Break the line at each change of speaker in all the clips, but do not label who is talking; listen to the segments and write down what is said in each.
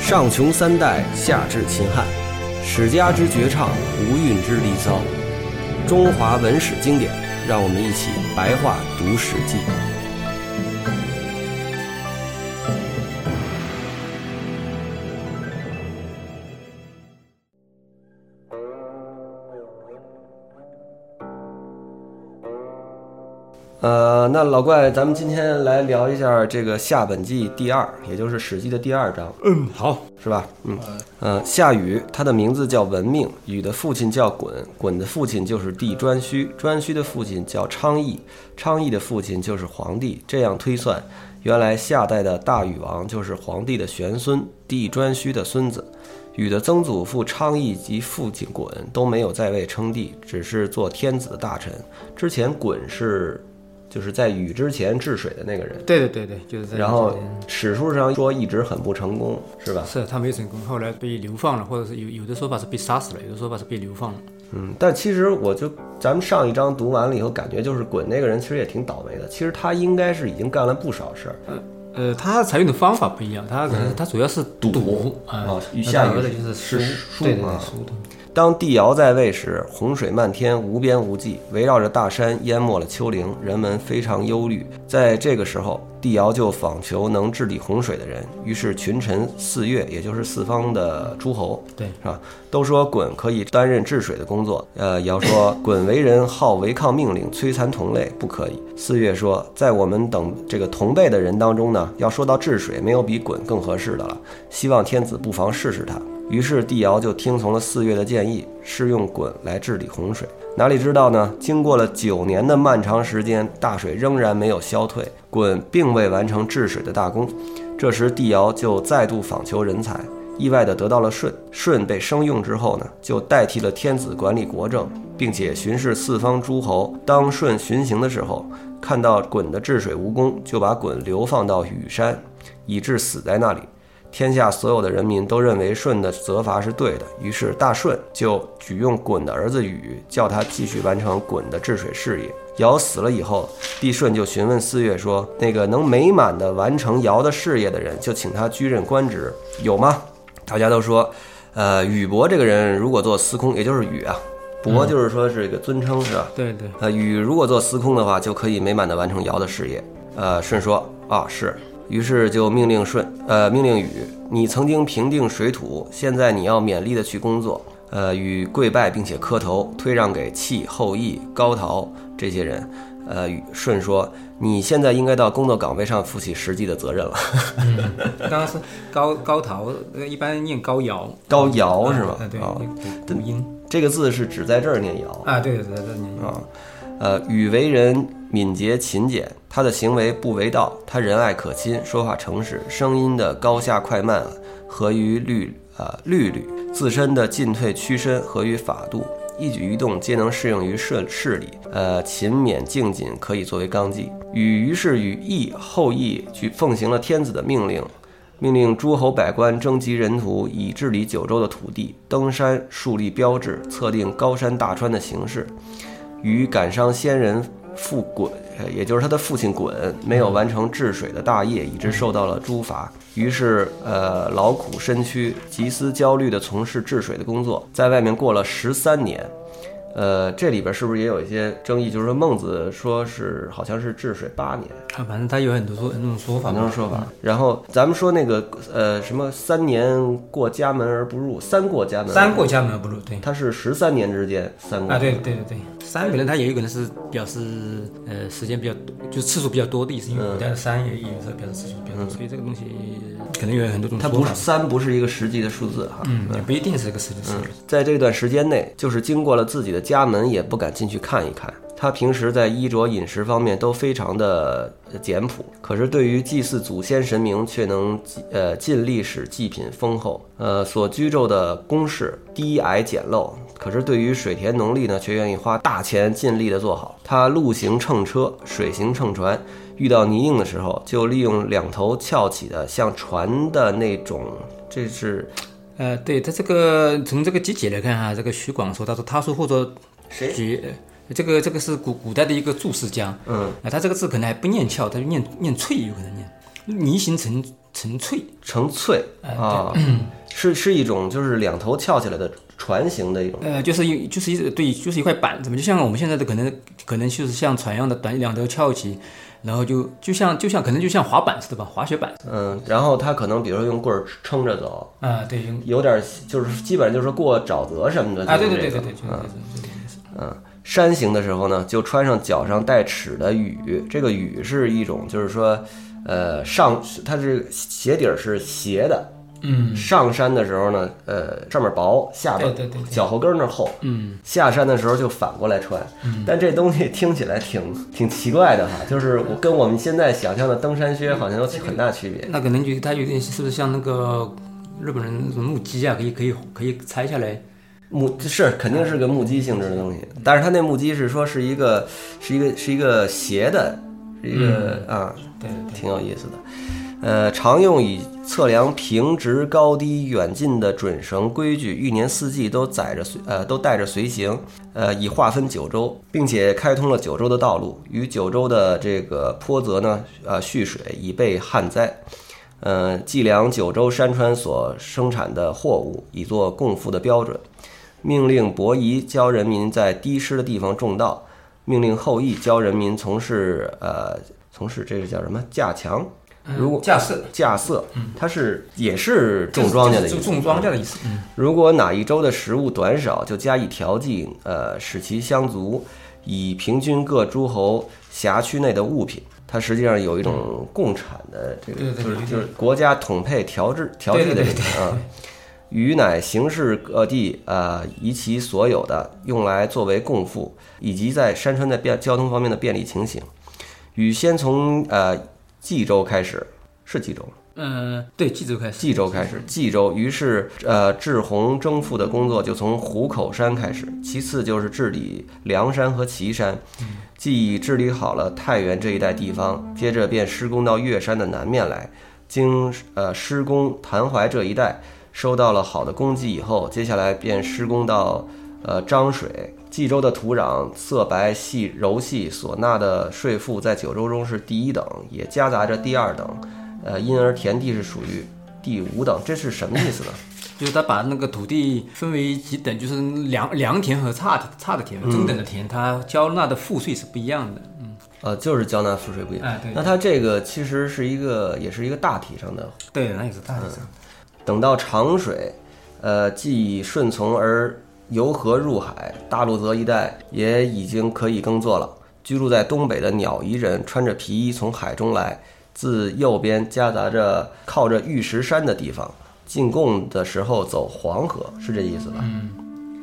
上穷三代，下至秦汉，史家之绝唱，无韵之离骚，中华文史经典，让我们一起白话读《史记》。呃，那老怪，咱们今天来聊一下这个下本纪第二，也就是《史记》的第二章，
嗯，好，
是吧？嗯，呃，夏禹，他的名字叫文命，禹的父亲叫鲧，鲧的父亲就是帝颛顼，颛顼的父亲叫昌邑，昌邑的父亲就是皇帝。这样推算，原来夏代的大禹王就是皇帝的玄孙，帝颛顼的孙子。禹的曾祖父昌邑及父亲鲧都没有在位称帝，只是做天子的大臣。之前鲧是，就是在禹之前治水的那个人。
对对对对，就是在
然后
这边
史书上说一直很不成功，是吧？
是他没有成功，后来被流放了，或者是有有的说法是被杀死了，有的说法是被流放了。
嗯，但其实我就咱们上一章读完了以后，感觉就是滚那个人其实也挺倒霉的。其实他应该是已经干了不少事儿
呃，他采用的方法不一样，他可能他主要是赌啊
嗯啊，与下
那
雨
他的就是
是
输，
输
对对
啊
对，输的。
当帝尧在位时，洪水漫天，无边无际，围绕着大山淹没了丘陵，人们非常忧虑。在这个时候，帝尧就访求能治理洪水的人，于是群臣四越，也就是四方的诸侯，
对
是吧？都说鲧可以担任治水的工作。呃，尧说鲧为人好违抗命令，摧残同类，不可以。四越说，在我们等这个同辈的人当中呢，要说到治水，没有比鲧更合适的了。希望天子不妨试试他。于是帝尧就听从了四月的建议，试用鲧来治理洪水。哪里知道呢？经过了九年的漫长时间，大水仍然没有消退，鲧并未完成治水的大功。这时帝尧就再度访求人才，意外地得到了舜。舜被升用之后呢，就代替了天子管理国政，并且巡视四方诸侯。当舜巡行的时候，看到鲧的治水无功，就把鲧流放到羽山，以致死在那里。天下所有的人民都认为舜的责罚是对的，于是大舜就举用鲧的儿子禹，叫他继续完成鲧的治水事业。尧死了以后，帝舜就询问四月说：“那个能美满的完成尧的事业的人，就请他居任官职，有吗？”大家都说，呃，禹伯这个人如果做司空，也就是禹啊，伯就是说是一个尊称是吧？
对对，
呃，禹如果做司空的话，就可以美满的完成尧的事业。呃，舜说啊是，于是就命令舜，呃，命令禹，你曾经平定水土，现在你要勉力的去工作。呃，禹跪拜并且磕头，推让给契、后羿、高陶这些人。呃，禹舜说，你现在应该到工作岗位上负起实际的责任了。
刚刚是高高陶，呃一般念高尧，
高尧是吗？
啊对，
啊
念古古音
这个字是只在这儿念尧。
啊，对对对对，念
啊，呃，禹为人敏捷勤俭，他的行为不为道，他仁爱可亲，说话诚实，声音的高下快慢合于律呃律律，自身的进退屈伸合于法度。一举一动皆能适应于顺事理，呃，勤勉敬谨可以作为纲纪。禹于是与义后羿举奉行了天子的命令，命令诸侯百官征集人徒，以治理九州的土地，登山树立标志，测定高山大川的形势。与感伤先人父鲧，呃也就是他的父亲鲧，没有完成治水的大业，以致受到了诛罚。于是，呃，劳苦身躯，极思焦虑地从事治水的工作，在外面过了十三年。呃，这里边是不是也有一些争议？就是说，孟子说是好像是治水八年，
啊，反正他有很多说那种说法
反
嘛，
正说法。然后咱们说那个呃什么三年过家门而不入，三过家门，
三过家门而不入，对。
它是十三年之间三过。
啊，对对对对，山可能它也有可能是表示呃时间比较多，就是次数比较多的意思，因为古代的山也也是表示次数比较多，所以这个东西嗯可能有很多种
它
说
不
法
是。三，不是一个实际的数字哈。
嗯，也不一定是个实际事。
嗯在这段时间内，就是经过了自己的家门，也不敢进去看一看。他平时在衣着、饮食方面都非常的简朴，可是对于祭祀祖先神明，却能呃尽力使祭品丰厚。呃，所居住的宫室低矮简陋，可是对于水田农历呢，却愿意花大钱尽力的做好。他陆行乘车，水行乘船，遇到泥泞的时候，就利用两头翘起的像船的那种，这是
呃，对他这个从这个集解来看哈，这个徐广说，他说他说或者
谁
举呃这个这个是古古代的一个注释家，
嗯
啊，他这个字可能还不念翘，他就念念脆，有可能念泥形成陈翠，
成翠
哎
啊， 是是一种就是两头翘起来的船形的一种，
呃，就是一就是一对，就是一块板子嘛，就像我们现在的可能可能就是像船一样的短两头翘起，然后就就像就像可能就像滑板似的吧，滑雪板。
嗯，然后它可能比如说用棍儿撑着走，
啊，对，用
有点就是基本上就是说过沼泽什么的，
啊，对
就
对
是
对
这个
对对，就是这种这种意思。
嗯，山行的时候呢，就穿上脚上带齿的雨，这个雨是一种就是说，呃，上它是鞋底儿是斜的，
嗯，
上山的时候呢，呃，上面薄，下边
对对对对
脚后跟儿那儿厚，
嗯，
下山的时候就反过来穿。但这东西听起来挺挺奇怪的哈，就是我跟我们现在想象的登山靴
嗯
好像有很大区别。
那可能就它有点是不是像那个日本人那种木屐啊，可以可以可以拆下来，
木是肯定是个木屐性质的东西，
嗯
但是它那木屐是说是一个是一个是一个斜的，是一个、
嗯
啊，
对对
挺有意思的。呃，常用以测量平直、高低、远近的准绳规矩，一年四季都载着随呃都带着随行，呃，以划分九州，并且开通了九州的道路，与九州的这个坡泽呢呃蓄水，以备旱灾。呃，计量九州山川所生产的货物，以作供赋的标准。命令伯夷教人民在低湿的地方种稻，命令后羿教人民从事呃从事这是叫什么架墙？如果
架设
架色，它是也是种庄稼的意
就
思。
嗯种庄稼的意思。嗯，
如果哪一周的食物短少，就加以调剂，呃，使其相足，以平均各诸侯辖区内的物品。它实际上有一种共产的这个，
嗯对对对
就是
对
就是国家统配调制调制的
对
这
对对
个啊。禹乃形式各地啊，呃以其所有的用来作为供赋，以及在山川的便交通方面的便利情形。禹先从呃冀州开始，是冀州吗
呃，对，冀州开始。
冀州开始，冀州，于是呃治洪征赋的工作就从虎口山开始，其次就是治理梁山和岐山，既已治理好了太原这一带地方，接着便施工到岳山的南面来，经呃施工谭淮这一带，收到了好的功绩以后，接下来便施工到呃漳水。冀州的土壤色白细柔细，所纳的税赋在九州中是第一等，也夹杂着第二等，呃，因而田地是属于第五等，这是什么意思呢？
就是他把那个土地分为几等，就是良良田和差的差的田，
嗯
中等的田，它交纳的赋税是不一样的。嗯，
呃，就是交纳赋税不一样。
哎对
那它这个其实是一个，也是一个大体上的。
对，那也是大的。
等到长水，呃，既顺从而由河入海，大陆泽一带也已经可以耕作了。居住在东北的鸟夷人穿着皮衣从海中来，自右边夹杂着靠着玉石山的地方，进贡的时候走黄河，是这意思吧？
嗯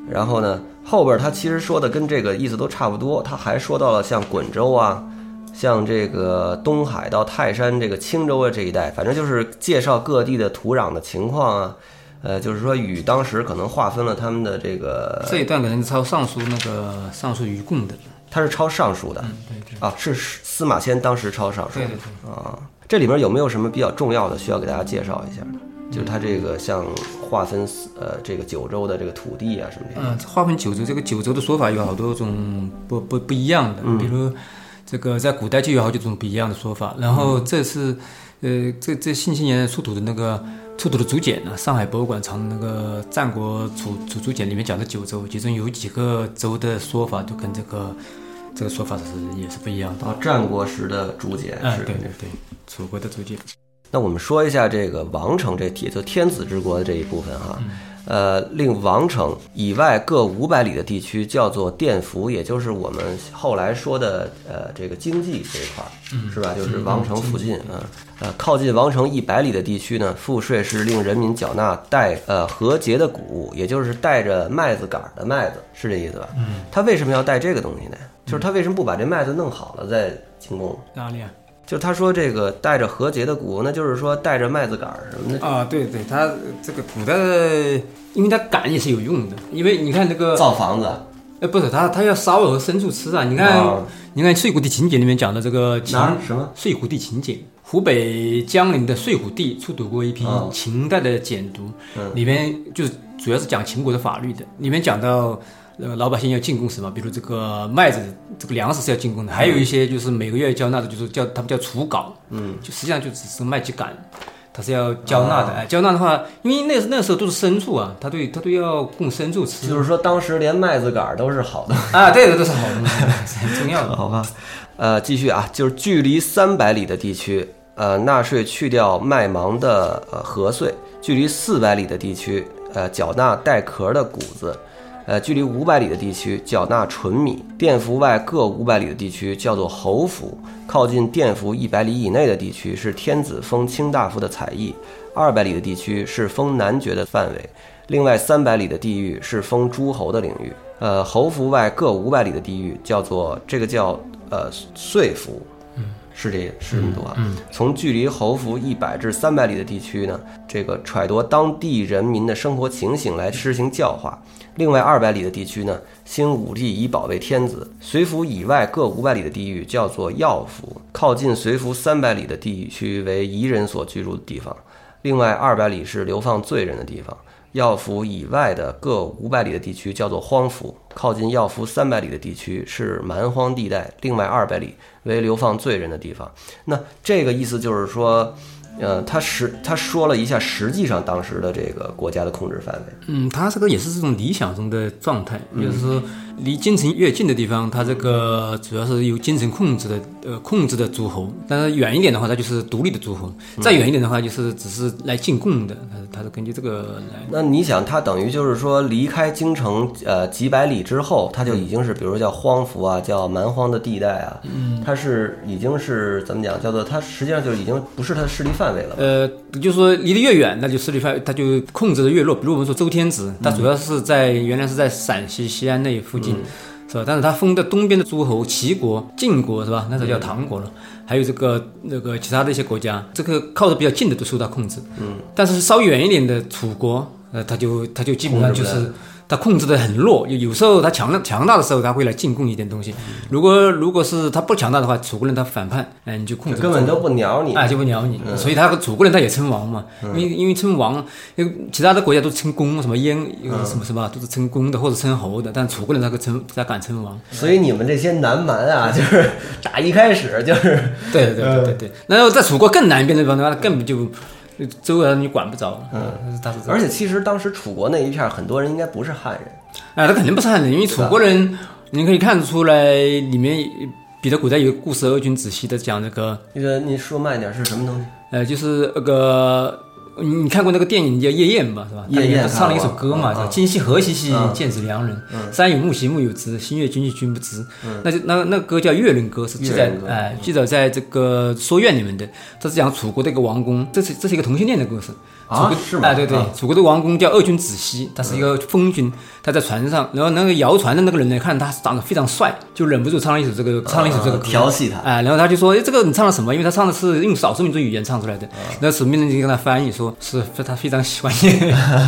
然后呢，后边他其实说的跟这个意思都差不多，他还说到了像滚州啊，像这个东海到泰山这个青州啊这一带，反正就是介绍各地的土壤的情况啊。呃，就是说禹当时可能划分了他们的这个，
这一段可能是抄上书那个上书于贡的。
他是抄尚书的
对对
啊，是司马迁当时抄尚书
嗯对对对。
啊。这里边有没有什么比较重要的需要给大家介绍一下的？就是他这个像划分呃这个九州的这个土地啊什么的。
嗯，划分九州，这个九州的说法有好多种不不不一样的，比如这个在古代就有好几种不一样的说法。然后这次，呃，这这信息年代出土的那个出土的竹简呢、上海博物馆藏的那个战国楚楚竹简里面讲的九州，其中有几个州的说法就跟这个这个说法是也是不一样的。
到啊战国时的竹简
嗯
是，
对对对，楚国的竹简，
那我们说一下这个王城这题，就天子之国的这一部分哈。呃，令王城以外各五百里的地区叫做甸府，也就是我们后来说的呃这个经济这一块儿，是吧？就是王城附近啊。呃，靠近王城一百里的地区呢，赋税是令人民缴纳带呃和结的谷物，也就是带着麦子杆儿的麦子，是这意思吧？嗯。他为什么要带这个东西呢？就是他为什么不把这麦子弄好了再进贡？
哪里啊？
就他说这个带着和结的谷，那就是说带着麦子杆儿什么的，
啊，对对，它呃这个古代的，因为它杆也是有用的，因为你看这个
造房子，
哎，不是，他他要烧了和牲畜吃啊！你看，
啊
你看《睡虎地秦简》里面讲的这个秦
哪儿什么？
睡虎地秦简，湖北江陵的睡虎地出土过一批
啊嗯
秦代的简牍，里面就是主要是讲秦国的法律的，里面讲到。呃，老百姓要进贡什么？比如这个麦子，这个粮食是要进贡的，还
嗯
有一些就是每个月交纳的，就是叫他们叫储稿，嗯，就实际上就只是麦秸秆，它是要交
啊
纳的。哎，交纳的话，因为那那时候都是牲畜啊，它对它都要供牲畜吃
就是说当时连麦子杆儿都是好的。
啊，对的，都是好东西， 是很重要 的。
好吧，呃，继续啊，就是距离三百里的地区，呃，纳税去掉麦芒的呃禾穗；距离四百里的地区，呃，缴纳带壳的谷子；呃，距离五百里的地区缴纳纯米。甸服外各五百里的地区叫做侯服，靠近甸服一百里以内的地区是天子封卿大夫的采邑，二百里的地区是封男爵的范围。另外三百里的地域是封诸侯的领域，呃，侯服外各五百里的地域叫做这个叫呃岁服，是这是这么读啊。从距离侯服一百至三百里的地区呢，这个揣度当地人民的生活情形来施行教化。另外二百里的地区呢，兴武力以保卫天子。随服以外各五百里的地域叫做要服，靠近随服三百里的地区为夷人所居住的地方。另外二百里是流放罪人的地方。药服以外的各五百里的地区叫做荒服，靠近药服三百里的地区是蛮荒地带，另外二百里为流放罪人的地方。那这个意思就是说，呃，他实他说了一下，实际上当时的这个国家的控制范围。
嗯，它这个也是这种理想中的状态，就是说离京城越近的地方，它这个主要是由京城控制的，呃，控制的诸侯；但是远一点的话，它就是独立的诸侯；再远一点的话，就是只是来进贡的，它它是根据这个来。
那你想，他等于就是说离开京城呃几百里之后，他就已经是，比如说叫荒服啊，叫蛮荒的地带啊，
嗯
他是已经是怎么讲，叫做他实际上就已经不是他的势力范围了。
呃，就是说离得越远，那就势力范，它就控制的越弱。比如我们说周天子，它主要是在、原来是在陕西西安那附近，是吧？但是它封的东边的诸侯齐国、晋国是吧？那时候叫唐国了，还有这个那个其他的一些国家，这个靠的比较近的都受到控制。嗯，但是稍远一点的楚国，呃，它就它就基本上就是。它控制的很弱，有有时候它强了强大的时候，它会来进贡一点东西。如果如果是它不强大的话，楚国人他反叛，嗯、你就控制不
根本都不鸟你，
哎，就不鸟你。所以他楚国人他也称王嘛，因为因为称王，因为其他的国家都称公，什么燕，什么什么都是称公的或者称侯的，但楚国人他可称他敢称王。
所以你们这些南蛮啊，就是 打一开始就是
对对对对对。然后在楚国更南边的地方的话，根本就周围人你管不着了。嗯，他是这样
而且其实当时楚国那一片儿，很多人应该不是汉人，
啊，他肯定不是啊汉人，因为楚国人你可以看出来里面。彼得古代有个故事，俄军仔细的讲那个，
那个你说慢一点是什么东西？
呃，就是那个，你你看过那个电影叫《夜宴》吧，是吧？
夜宴啊
他唱了一首歌嘛，
看过
叫“今夕何夕兮，见子良人。
嗯
山有木兮木有枝，星月君兮君不知。”那就那那歌叫《越人歌》，是记
越
载
嗯人歌嗯
哎、记载在这个《说苑》里面的。这是讲楚国的一个王宫，这是这是一个同性恋的故事。
啊
楚国
是吗
哎，对对，楚国的王公叫鄂军子西，他是一个风军，他在船上，然后那个摇船的那个人呢，看他长得非常帅，就忍不住唱了一首这个，
啊
唱了一首这个歌，
呃调戏他
哎，然后他就说：“哎，这个你唱的什么？因为他唱的是用少数民族语言唱出来的。”
啊
那史密人就跟他翻译说：“是他非常喜欢你。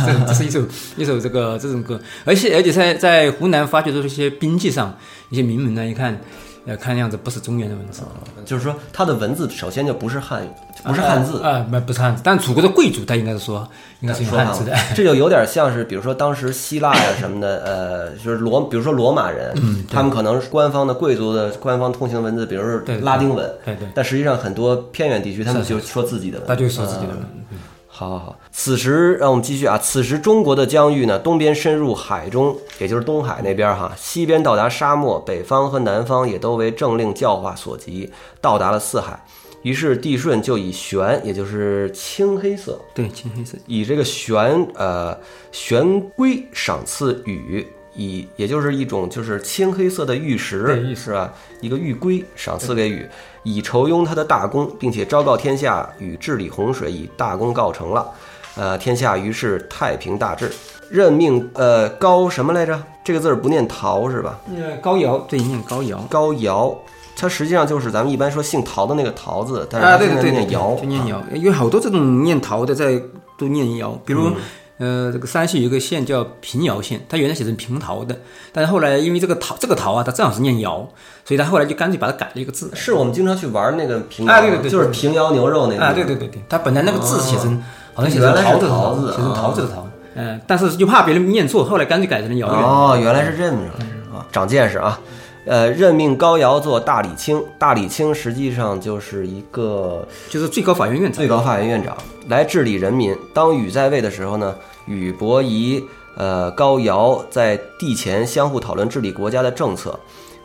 这”这是一首一首这个这种歌，而且而且在在湖南发掘的这些兵器上，一些铭文呢，一看，呃，看样子不是中原的文字，
就是说它的文字首先就不是汉语，不是汉字，
啊，没、不是汉字，但楚国的贵族他应该是说应该是用
说
汉
汉
字的。
这就有点像是，比如说当时希腊呀什么的，呃，就是罗，比如说罗马人，
嗯
他们可能是官方的贵族的官方通行文字，比如说
对对
拉丁文，
对对
但实际上很多偏远地区他们就说自己的文字，
他就说自己的文字。
嗯好好好，此时让我们继续啊。此时中国的疆域呢，东边深入海中，也就是东海那边哈，西边到达沙漠，北方和南方也都为政令教化所及，到达了四海。于是帝舜就以玄，也就是青黑色，
对，青黑色。
以这个玄呃玄龟赏赐禹，以也就是一种就是青黑色的玉
对
石，
玉
是吧？一个玉龟赏赐给禹，以酬庸他的大功，并且昭告天下，禹治理洪水以大功告成了，呃，天下于是太平大治。任命呃高什么来着？这个字儿不念陶是吧？
呃，高尧，对，念高尧。
高尧，他实际上就是咱们一般说姓陶的那个陶字，但是
啊，
他
对
现
对
在念啊
对，对
尧
就。念尧，有好多这种念陶的在都念尧，比
嗯
如。呃，这个山西有一个县叫平遥县，它原来写成平陶的，但是后来因为这个陶这个陶啊，它正好是念尧，所以它后来就干脆把它改了一个字。
是我们经常去玩那个平
啊
遥
对对对
就是平遥牛肉那个
啊，对对对对，它本来那个字写成、好像写成
哦原来是
桃子的
桃子
写成
啊
桃子的桃，呃
哦
嗯、但是就怕别人念错，后来干脆改成了尧。
哦，原来是这么着啊，长见识啊。呃，任命高尧做大理卿，大理卿实际上就是一个
就是最高法院院长
最高法院院长来治理人民。当禹在位的时候呢，禹、伯夷、呃高尧在帝前相互讨论治理国家的政策。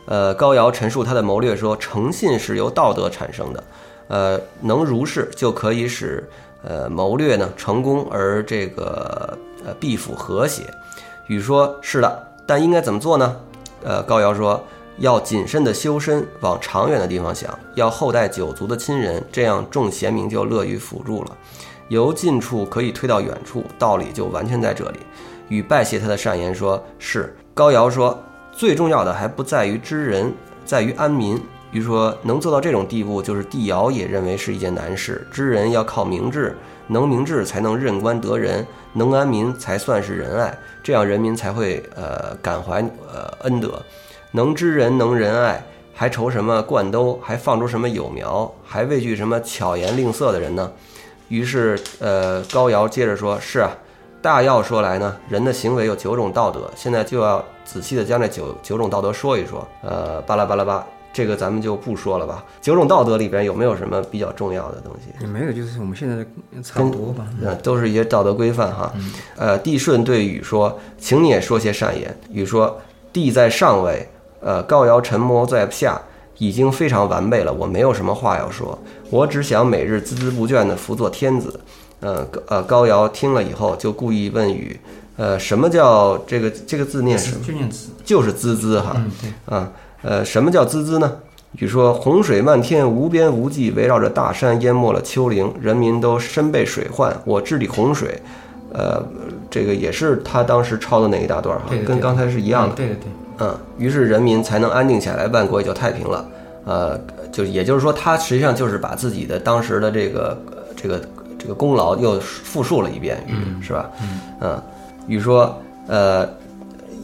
呃，高尧陈述他的谋略说，诚信是由道德产生的，呃，能如是就可以使呃谋略呢成功而这个呃必腐和谐。禹说是的，但应该怎么做呢？呃，高尧说要谨慎的修身，往长远的地方想，要后代九族的亲人，这样众贤明就乐于辅助了。由近处可以推到远处，道理就完全在这里。禹拜谢他的善言说，是。高尧说，最重要的还不在于知人，在于安民。禹说，能做到这种地步，就是帝尧也认为是一件难事。知人要靠明智，能明智才能任官得人，能安民才算是仁爱，这样人民才会呃感怀呃恩德。能知人能仁爱，还愁什么灌兜，还放出什么有苗，还畏惧什么巧言令色的人呢？于是，呃，高尧接着说：“是啊，大要说来呢，人的行为有九种道德，现在就要仔细的将这九九种道德说一说。呃，巴拉巴拉巴，这个咱们就不说了吧。九种道德里边有没有什么比较重要的东西？
也没有，就是我们现在的差不多吧。
呃，都是一些道德规范哈。呃，帝舜对禹说：‘请你也说些善言。’禹说：‘帝在上位，呃，高尧沉默在下，已经非常完备了，我没有什么话要说，我只想每日孜孜不倦地辅佐天子。’呃，高呃，高尧听了以后就故意问禹：‘呃，什么叫这个这个字念什么？’
就念子，
就是孜孜哈。
嗯，对，
啊，呃，什么叫孜孜呢？禹说：“洪水漫天，无边无际，围绕着大山，淹没了丘陵，人民都身被水患。我治理洪水，呃，这个也是他当时抄的那一大段哈
对，的
跟刚才是一样的。
对对对，
嗯，于是人民才能安定下来，万国也就太平了。呃，就也就是说，他实际上就是把自己的当时的这个呃这个这个功劳又复述了一遍，禹、是吧？嗯，禹说，呃，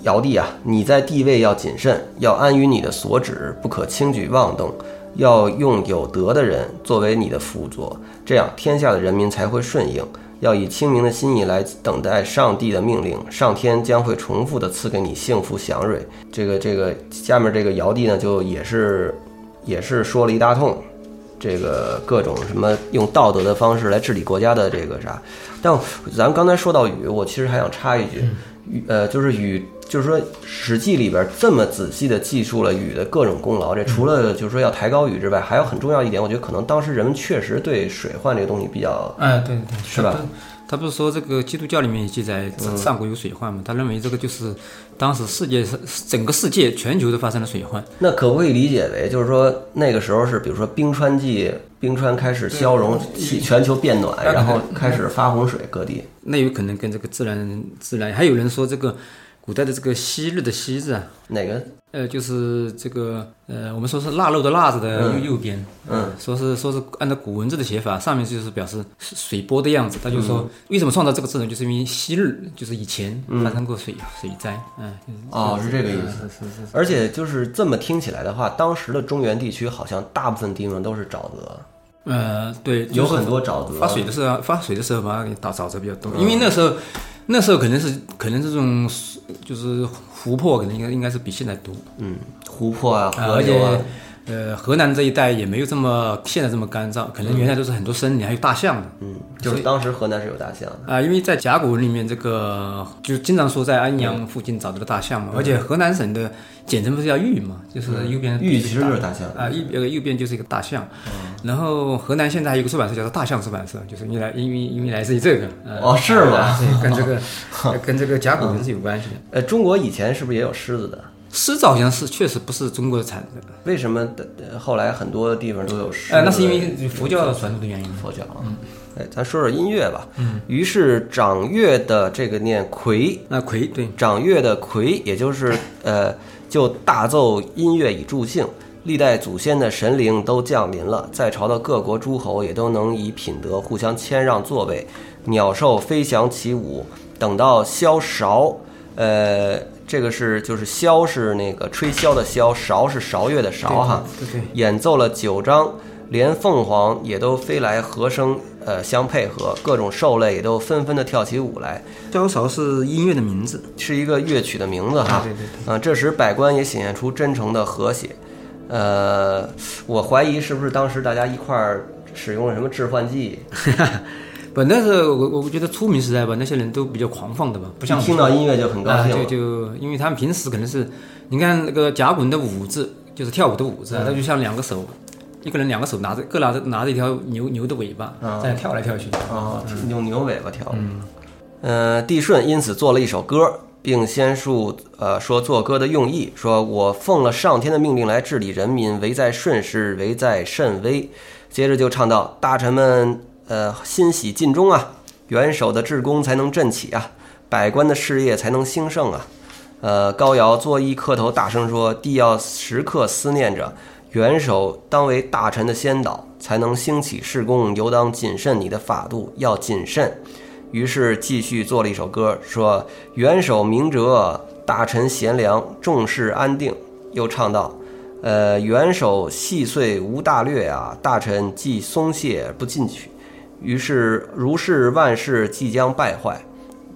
尧帝啊，你在地位要谨慎，要安于你的所指，不可轻举妄动，要用有德的人作为你的辅佐，这样天下的人民才会顺应。要以清明的心意来等待上帝的命令，上天将会重复的赐给你幸福祥瑞。这个这个下面这个尧帝呢，就也是也是说了一大通，这个各种什么用道德的方式来治理国家的这个啥。但咱刚才说到禹，我其实还想插一句，禹呃，就是禹，就是说《史记》里边这么仔细的记述了禹的各种功劳，这除
嗯
了就是说要抬高禹之外，还有很重要一点，我觉得可能当时人们确实对水患这个东西比较
哎，对对对，
是吧
他不？他不是说这个基督教里面也记载上古有水患嘛？他认为这个就是当时世界上整个世界全球都发生了水患，
那可不可以理解为，就是说那个时候是，比如说冰川季，冰川开始消融，气全球变暖，然后开始发洪水，各地
那有可能跟这个自然自然，还有人说这个古代的这个昔日的昔字啊，
哪个
呃，就是这个呃，我们说是腊肉的腊字的右右边，嗯，说是说是按照古文字的写法，上面就是表示是水波的样子。他就说、为什么创造这个字呢？就是因为昔日就是以前发生过水、水灾，嗯，就是
哦，是这个意思。
是是是，
而且就是这么听起来的话，当时的中原地区好像大部分地方都是沼泽，
呃，对，
有
就是
很多沼泽。
发水的时
哦
候，发水的时候嘛，打沼泽比较多，因为那时候，那时候可能是可能这种就是湖泊，可能应该应该是比现在多，
嗯，湖泊啊，
啊
河
而且
流啊，
呃，河南这一带也没有这么现在这么干燥，可能原来都是很多森林，还有大象的。
嗯，就是当时河南是有大象的。
啊、因为在甲骨文里面，这个就是经常说在安阳附近找到的大象嘛，
嗯
而且河南省的简称不是叫豫嘛，就是右边
玉其实就是大象，
啊，右呃右边就是一个大象，然后河南现在还有一个出版社叫做大象出版社，就是因为来因为因为来自于这个，呃
哦是吗
啊对，跟这个跟这个甲骨文是有关系的。
呃，中国以前是不是也有狮子的？
狮子好像是确实不是中国产的，
为什么呃后来很多地方都有狮子？
呃，那是因为嗯佛教传入的原因。
佛教啊。哎，咱说说音乐吧。嗯，于是掌乐的这个念魁，
那魁对，
掌乐的魁，也就是呃，就大奏音乐以助兴。历代祖先的神灵都降临了，在朝的各国诸侯也都能以品德互相谦让座位，鸟兽飞翔起舞。等到萧韶，呃，这个是就是萧是那个吹箫的箫，韶是韶乐的韶哈。
对对对
演奏了九章，连凤凰也都飞来和声，呃，相配合，各种兽类也都纷纷的跳起舞来，
萧韶是音乐的名字，
是一个乐曲的名字哈。
对对对
啊、这时百官也显现出真诚的和谐。呃，我怀疑是不是当时大家一块儿使用了什么致幻剂？
不，那是我我觉得初明时代吧，那些人都比较狂放的吧，不像
一
我
听到音乐就很高
啊，
兴
就
了。
就因为他们平时可能是，你看那个甲骨文的舞字，就是跳舞的舞字啊，那就像两个手，一个人两个手拿着，各拿着拿着一条牛牛的尾巴，在那跳来跳去。
哦，用牛尾巴跳。呃，帝舜因此做了一首歌，并先述呃说做歌的用意，说我奉了上天的命令来治理人民，唯在顺时，唯在慎微。接着就唱到大臣们呃欣喜尽忠啊，元首的治功才能振起啊，百官的事业才能兴盛啊。呃，高尧作揖磕头，大声说：“帝要时刻思念着元首，当为大臣的先导，才能兴起事功，尤当谨慎你的法度，要谨慎。”于是继续做了一首歌，说：“元首明哲，大臣贤良，重视安定。”又唱到：“呃，元首细碎无大略啊，大臣既松懈不进取，于是如是万事即将败坏。”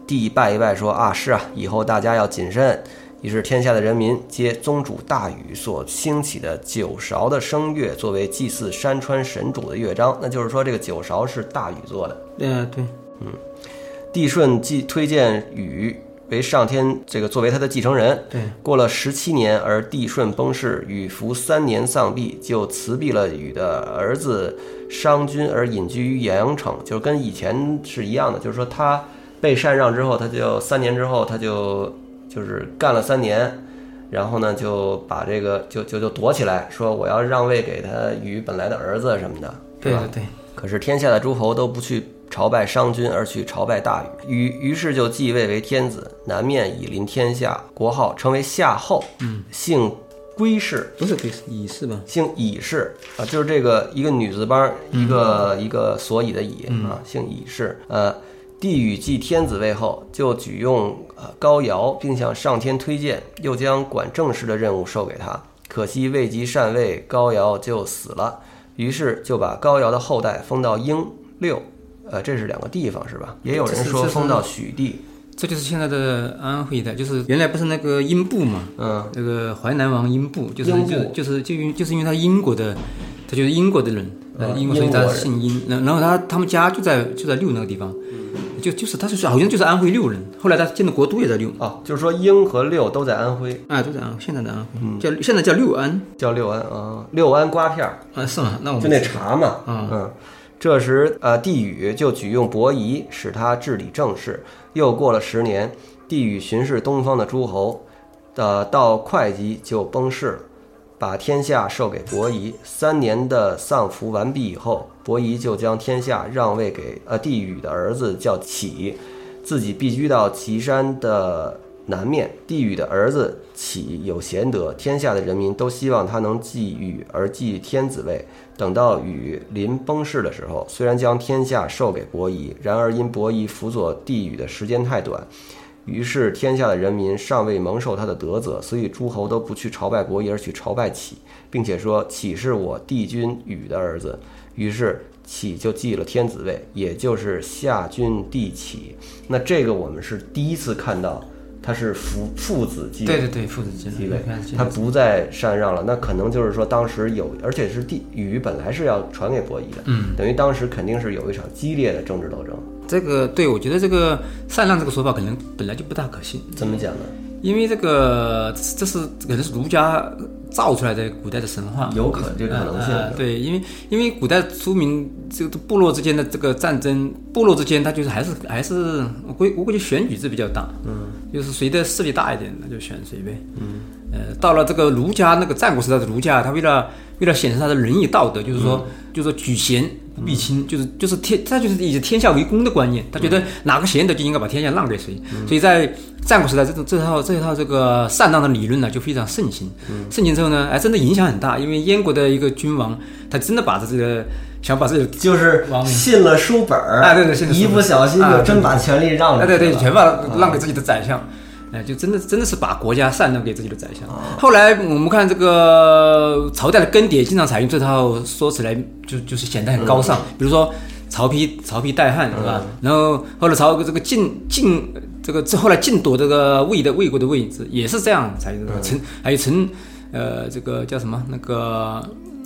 帝拜一拜说啊，是啊，以后大家要谨慎。于是天下的人民皆宗主大禹所兴起的九韶的声乐作为祭祀山川神主的乐章，那就是说这个九韶是大禹做的。
呃，对，
帝舜既推荐禹为上天这个作为他的继承人，
对，
嗯
过了十七年，而帝舜崩逝，禹服三年丧毕，就辞避了禹的儿子商均，而隐居于阳城，就是跟以前是一样的，就是说他被禅让之后，他就三年之后他就就是干了三年。然后呢，就把这个就就就躲起来，说我要让位给他禹本来的儿子什么的，
对
吧？
对对，
可是天下的诸侯都不去朝拜商君，而去朝拜大禹。禹于是就继位为天子，南面以临天下，国号称为夏后。嗯，姓归氏，
不是不是，乙是吧？
姓乙氏啊，就是这个一个女字帮，
嗯
一个、一个所以的乙啊，姓乙氏。呃，帝禹继天子位后，就举用呃高尧，并向上天推荐，又将管政事的任务授给他。可惜未及禅位，高尧就死了，于是就把高尧的后代封到英六，呃，这是两个地方是吧？也有人
这是
说
这是
封到许地，
这就是现在的安徽一带，就是原来不是那个英布嘛，
嗯，
那个淮南王英布，就是
英布
就就是就因就是因为他英国的，他就是英国的人，呃
嗯
英国所以
英国
他
人
姓英，然然后他他们家就在就在六那个地方，
嗯
就就是他就是好像就是安徽六人，后来他建的国都也在六，
哦，就是说英和六都在安徽，
啊都在安徽，现在的安徽、
嗯
叫现在叫六安
叫六安啊，六安瓜片儿。
啊是吗？那我
就
们
那茶嘛，
嗯
这时呃，帝禹就举用伯夷，使他治理政事。又过了十年，帝禹巡视东方的诸侯，呃，到会稽就崩逝了，把天下授给伯夷。三年的丧服完毕以后，伯夷就将天下让位给呃帝禹的儿子叫启，自己避居到岐山的南面。帝禹的儿子启有贤德，天下的人民都希望他能继禹而继天子位。等到禹临崩逝的时候，虽然将天下授给伯夷，然而因伯夷辅佐帝禹的时间太短，于是天下的人民尚未蒙受他的德泽，所以诸侯都不去朝拜伯夷，而去朝拜启，并且说启是我帝君禹的儿子。于是启就继了天子位，也就是夏君帝启。那这个我们是第一次看到，他是父父子继位
对对对父子之
继
间
位
你看，现
他
在
不再禅让了，那可能就是说当时有，而且是帝禹本来是要传给伯夷的，嗯，等于当时肯定是有一场激烈的政治斗争。
这个对我觉得这个禅让这个说法可能本来就不大可信，
怎么讲呢？
因为这个这是可能是儒家造出来的古代的神话，
有可这个可能性
呃呃对，因为因为古代出名这个部落之间的这个战争，部落之间它就是还是还是我估计我估计选举制比较大，嗯，就是谁的势力大一点，那就选谁呗，嗯，呃，到了这个儒家那个战国时代的儒家，他为了为了显示他的仁义道德，就是说、就是说举贤不避亲，就是就是天他就是以天下为公的观念，他觉得哪个贤德就应该把天下让给谁，所以在战国时代这种这套这套这个禅让的理论呢就非常盛行，盛行之后呢，哎，真的影响很大，因为燕国的一个君王，他真的把这个想把这个
就是
王明
信了书本儿
啊对对信了书本儿
一不小心就真把权力让出
哎
去了。
对对，全把它让给自己的宰相。哎，就真的真的是把国家禅让给自己的宰相。后来我们看这个朝代的更迭，经常采用这套说起来就就是显得很高尚，比如说曹丕曹丕代汉是吧？然后后来曹这个晋晋这个这后来晋夺这个魏的魏国的位置也是这样采用的，陈还有陈呃这个叫什么那个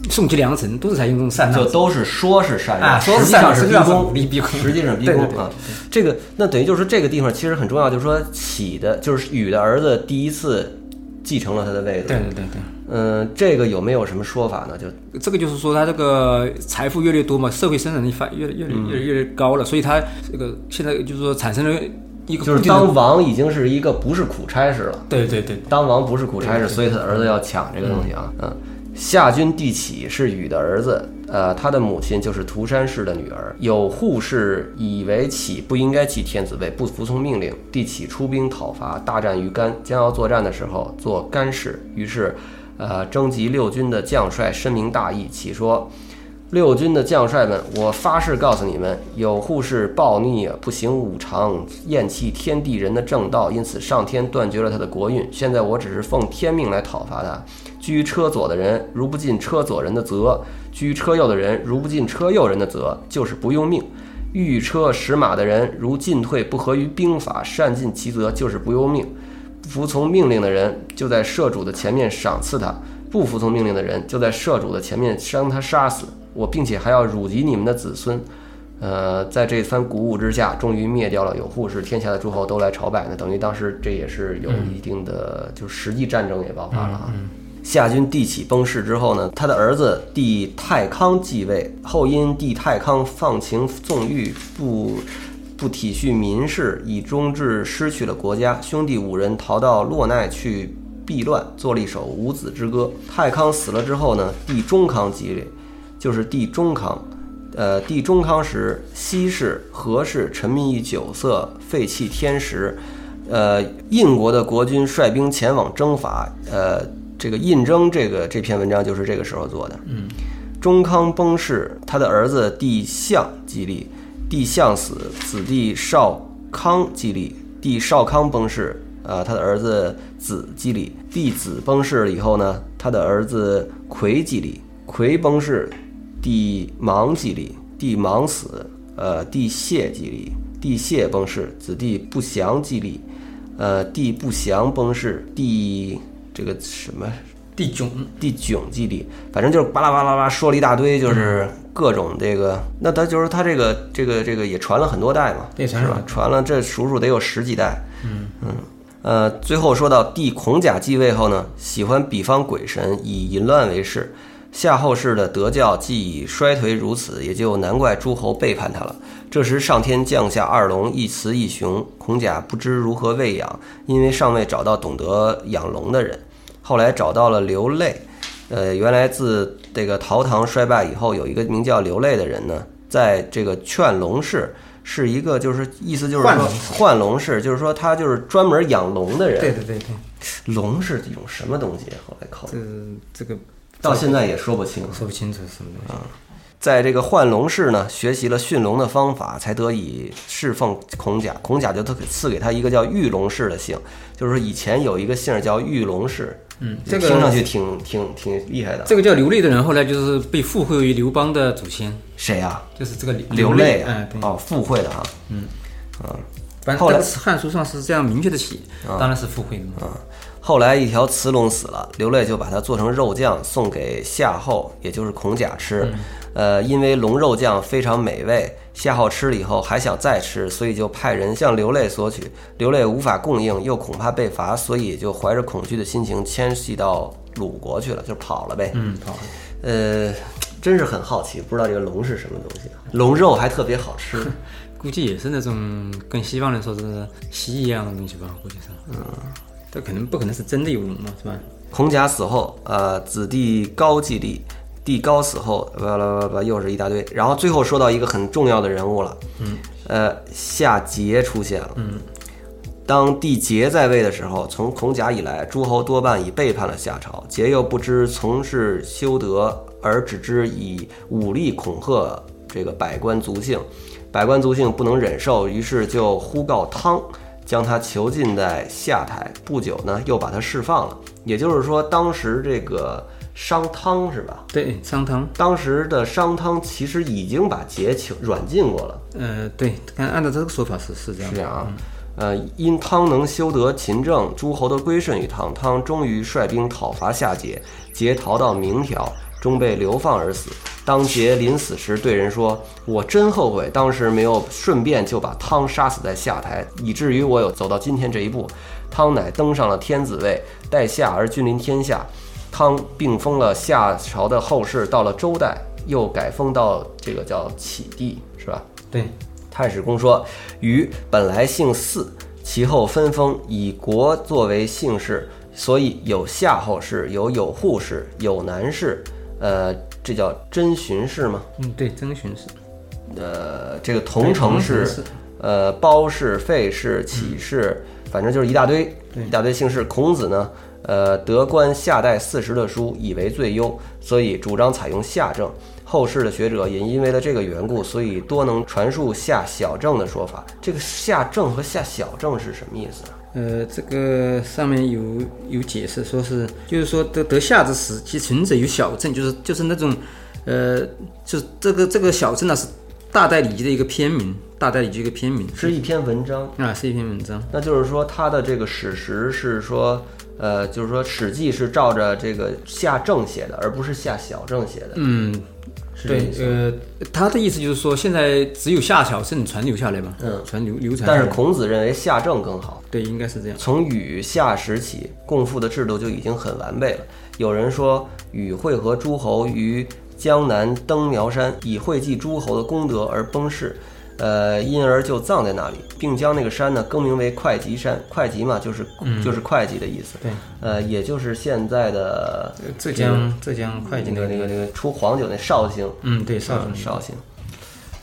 宋齐梁陈都是采用这种禅让
就。都是说是善
啊
让，
说
实
是
际
禅
上是逼
让实际上是
宫，
逼逼宫
实际上是逼
对
宫
对对
啊。这个那等于就是这个地方其实很重要，就是说启的，就是禹的儿子第一次继承了他的位
对
置。
对对对。
嗯，这个有没有什么说法呢？就
这个就是说，他这个财富越来越多嘛，社会生产力发越来越来越来越来越高了，所以他这个现在就是说产生了一个
就
固
是
定的，
当王已经是一个不是苦差事了，
对对对，
当王不是苦差事，所以他的儿子要抢这个东西啊。嗯，夏君帝启是禹的儿子，呃，他的母亲就是涂山氏的女儿。有护士以为启不应该继天子位，不服从命令，帝启出兵讨伐，大战于干，将要作战的时候做干事，于是，呃，征集六军的将帅，深明大义，启说。六军的将帅们，我发誓告诉你们，有护士暴逆不行五常，厌弃天地人的正道，因此上天断绝了他的国运。现在我只是奉天命来讨伐他。居车左的人，如不尽车左人的责；居车右的人，如不尽车右人的责，就是不用命。御车使马的人，如进退不合于兵法，善尽其责，就是不用命。服从命令的人就在社主的前面赏赐他，不服从命令的人就在社主的前面将他杀死。我并且还要辱及你们的子孙。呃，在这番鼓舞之下，终于灭掉了有护氏，天下的诸侯都来朝拜。那等于当时这也是有一定的，就是实际战争也爆发了啊。夏军帝启崩逝之后呢，他的儿子帝太康继位，后因帝太康放情纵欲，不不体恤民事，以终至失去了国家。兄弟五人逃到洛奈去避乱，做了一首五子之歌。太康死了之后呢，帝中康继位，就是帝中康。呃，帝中康时，西氏、何氏沉迷于酒色，废弃天时。呃，印国的国君率兵前往征伐。呃，这个印征这个这篇文章就是这个时候做的。嗯，中康崩逝，他的儿子帝象继立，帝象死，子弟少康继立，帝少康崩逝，呃，他的儿子子继立，帝子崩逝了以后呢，他的儿子魁继立，魁崩逝，帝芒继立，帝芒死，呃，帝谢继立，帝谢崩逝，子弟不祥继立，呃，帝不祥崩逝，帝这个什么
地囧
第囧基地，反正就是巴拉巴拉巴拉说了一大堆，就是各种这个，那他就是他这个这个这个也传了很多代嘛，
对传
是
了
吧
很？
传了这数数得有十几代，嗯呃，最后说到帝孔甲继位后呢，喜欢比方鬼神，以淫乱为事。夏后氏的德教既已衰颓如此，也就难怪诸侯背叛他了。这时上天降下二龙，一雌一雄，孔甲不知如何喂养，因为尚未找到懂得养龙的人。后来找到了刘类，呃，原来自这个陶唐衰败以后，有一个名叫刘类的人呢，在这个劝龙氏是一个，就是意思就是
换
说
龙
换龙氏，就是说他就是专门养龙的人。
对对对对，
龙是一种什么东西？后来考虑
这这个
到现在也说不清。
说不清楚是什么东西。
在这个幻龙氏呢，学习了驯龙的方法，才得以侍奉孔甲。孔甲就特赐给他一个叫玉龙氏的姓，就是说以前有一个姓叫玉龙氏，嗯，
这个
听上去挺挺挺厉害的。
这个叫刘类的人后来就是被附会于刘邦的祖先，
谁啊？
就是这个
刘
类
类
哎
啊，
对，
哦，附会的啊。
反正
后来
这个《汉书》上是这样明确的写，当然是附会的嘛。
后来一条雌龙死了，刘类就把它做成肉酱送给夏后，也就是孔甲吃。呃，因为龙肉酱非常美味，夏后吃了以后还想再吃，所以就派人向刘类索取。刘类无法供应，又恐怕被罚，所以就怀着恐惧的心情迁徙到鲁国去了，就跑了呗。
嗯，好，
呃，真是很好奇，不知道这个龙是什么东西啊？龙肉还特别好 吃。
估计也是那种跟西方人说的蜥蜴一样的东西吧，估计是。嗯，这可能不可能是真的有龙嘛，是吧？
孔甲死后，呃，子弟高继立，帝高死后，呃巴拉巴拉巴拉，又是一大堆。然后最后说到一个很重要的人物了，嗯，呃，夏桀出现了，嗯。当帝桀在位的时候，从孔甲以来，诸侯多半已背叛了夏朝。桀又不知从事修德，而只知以武力恐吓这个百官族姓。百官族姓不能忍受，于是就呼告汤。将他囚禁在下台。不久呢，又把他释放了。也就是说，当时这个商汤是吧？
对，商汤，
当时的商汤其实已经把桀囚软禁过了。
呃，对，看按照这个说法是是这样
是这
的。
样啊。呃，因汤能修得秦政，诸侯的归顺于汤，汤终于率兵讨伐夏桀，桀逃到明条，终被流放而死。当桀临死时，对人说：“我真后悔当时没有顺便就把汤杀死在下台，以至于我有走到今天这一步。”汤乃登上了天子位，待夏而君临天下。汤并封了夏朝的后世，到了周代又改封到这个叫启帝，是吧？
对，
太史公说：“禹本来姓姒，其后分封，以国作为姓氏，所以有夏后氏，有有户氏，有南氏。呃，这叫真循氏吗？
嗯，对，曾荀是
呃，这个桐城
对桐城
氏
氏，
呃，包氏、费氏、
嗯
启氏，反正就是一大堆一大堆姓氏。孔子呢，呃，得观夏代四十的书，以为最优，所以主张采用夏政。后世的学者也因为了这个缘故，所以多能传述夏小政的说法。这个夏政和夏小政是什么意思啊？
呃，这个上面有有解释，说是就是说得得下之时，其存者有小政，就是就是那种，呃，就是这个这个小政呢是大代理的一个篇名，大代理的一个篇名
是一篇文章，
啊，是一篇文章。
那就是说它的这个史实是说。呃，就是说，《史记》是照着这个夏政写的，而不是夏小政写的。
嗯，
是这
对
意，思
呃，他的意思就是说，现在只有夏小政传留下来嘛，
嗯
传流流传下
但
来，
是孔子认为夏政更好。
对，应该是这样。
从禹夏时起，共赋的制度就已经很完备了。有人说，禹会合诸侯于江南登苗山，以惠济诸侯的功德而崩逝，呃，因而就葬在那里，并将那个山呢更名为会稽山。会稽嘛，就是、就是会稽的意思。
嗯对，
呃，也就是现在的
呃浙江浙江会计
那个
那个，
那个那个出黄酒那绍兴，
嗯，对，绍
嗯
兴
绍兴，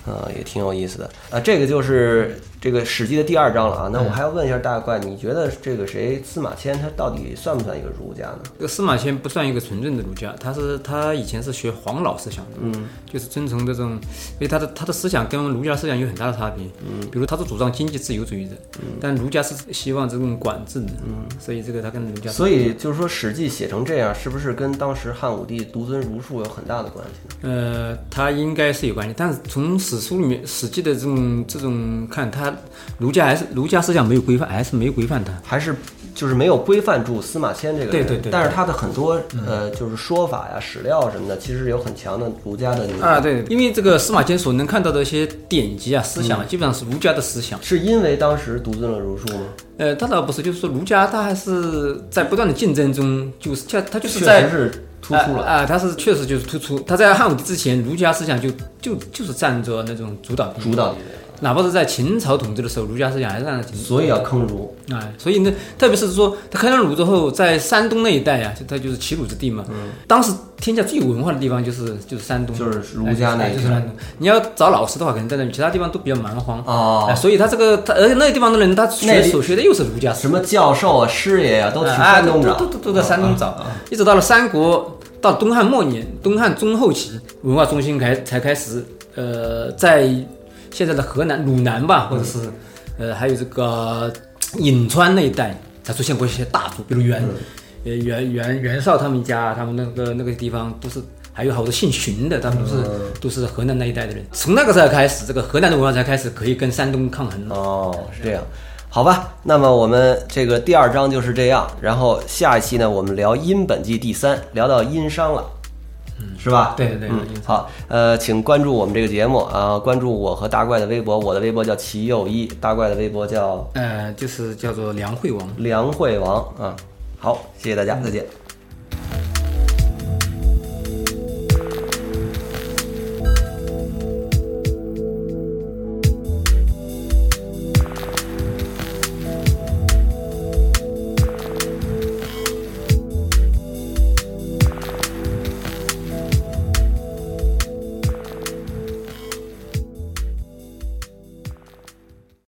啊，也挺有意思的啊。这个就是这个《史记》的第二章了啊。那我还要问一下大怪，你觉得这个谁司马迁他到底算不算一个儒家呢？
这个司马迁不算一个纯正的儒家，他是他以前是学黄老思想的，嗯，就是遵从这种，所以他的他的思想跟儒家思想有很大的差别，嗯，比如他是主张经济自由主义的，但儒家是希望这种管制的，嗯，所以这个他跟儒家
所以就是说，《史记》写成这样，是不是跟当时汉武帝独尊儒术有很大的关系呢？
呃，它应该是有关系，但是从史书里面《史记》的这种这种看，它儒家还是儒家思想没有规范，还是没有规范它。
还是就是没有规范住司马迁这个人？
对对对嗯
但是他的很多呃，就是说法呀、史料什么的，其实有很强的儒家的那个。
啊，对，因为这个司马迁所能看到的一些典籍啊、思想啊，基本上是儒家的思想。
是因为当时独尊了儒术吗？
呃，他倒不是，就是说儒家他还是在不断的竞争中，就是他他就是在
确实是突出了。
啊、啊他是确实就是突出。他在汉武帝之前，儒家思想就就就是占着那种主导地位
主导地位，
哪怕是在秦朝统治的时候，儒家思想还是占了秦
所以要坑儒。
哎，所以呢，特别是说他开疆鲁之后，在山东那一带啊，就它就是齐鲁之地嘛。当时天下最有文化的地方就是就是山东，
嗯就是儒家那
哎
一
就
片
是山东。你要找老师的话，可能在那里，其他地方都比较蛮荒。
哦
哎，所以他这个他而且那个地方的人，他
那
学
里
所学的又是儒家思
什么教授啊、师爷啊，都去
哎
山东
都
找。
都都都在山东找，一直到了三国，到东汉末年、东汉中后期，文化中心开才开始，呃，在现在的河南鲁南吧，或者是呃，还有这个颍川那一带，才出现过一些大族，比如袁，呃袁袁袁绍他们家，他们那个那个地方都是。还有好多姓荀的，他们都是、都是河南那一带的人。从那个时候开始，这个河南的文化才开始可以跟山东抗衡了。
哦，是这样，好吧。那么我们这个第二章就是这样，然后下一期呢，我们聊《殷本纪》第三，聊到殷商了。是吧？
对对对
嗯，好，呃，请关注我们这个节目啊，关注我和大怪的微博，我的微博叫齐又一，大怪的微博叫
呃，就是叫做梁惠王。
梁惠王啊。好，谢谢大家，再见。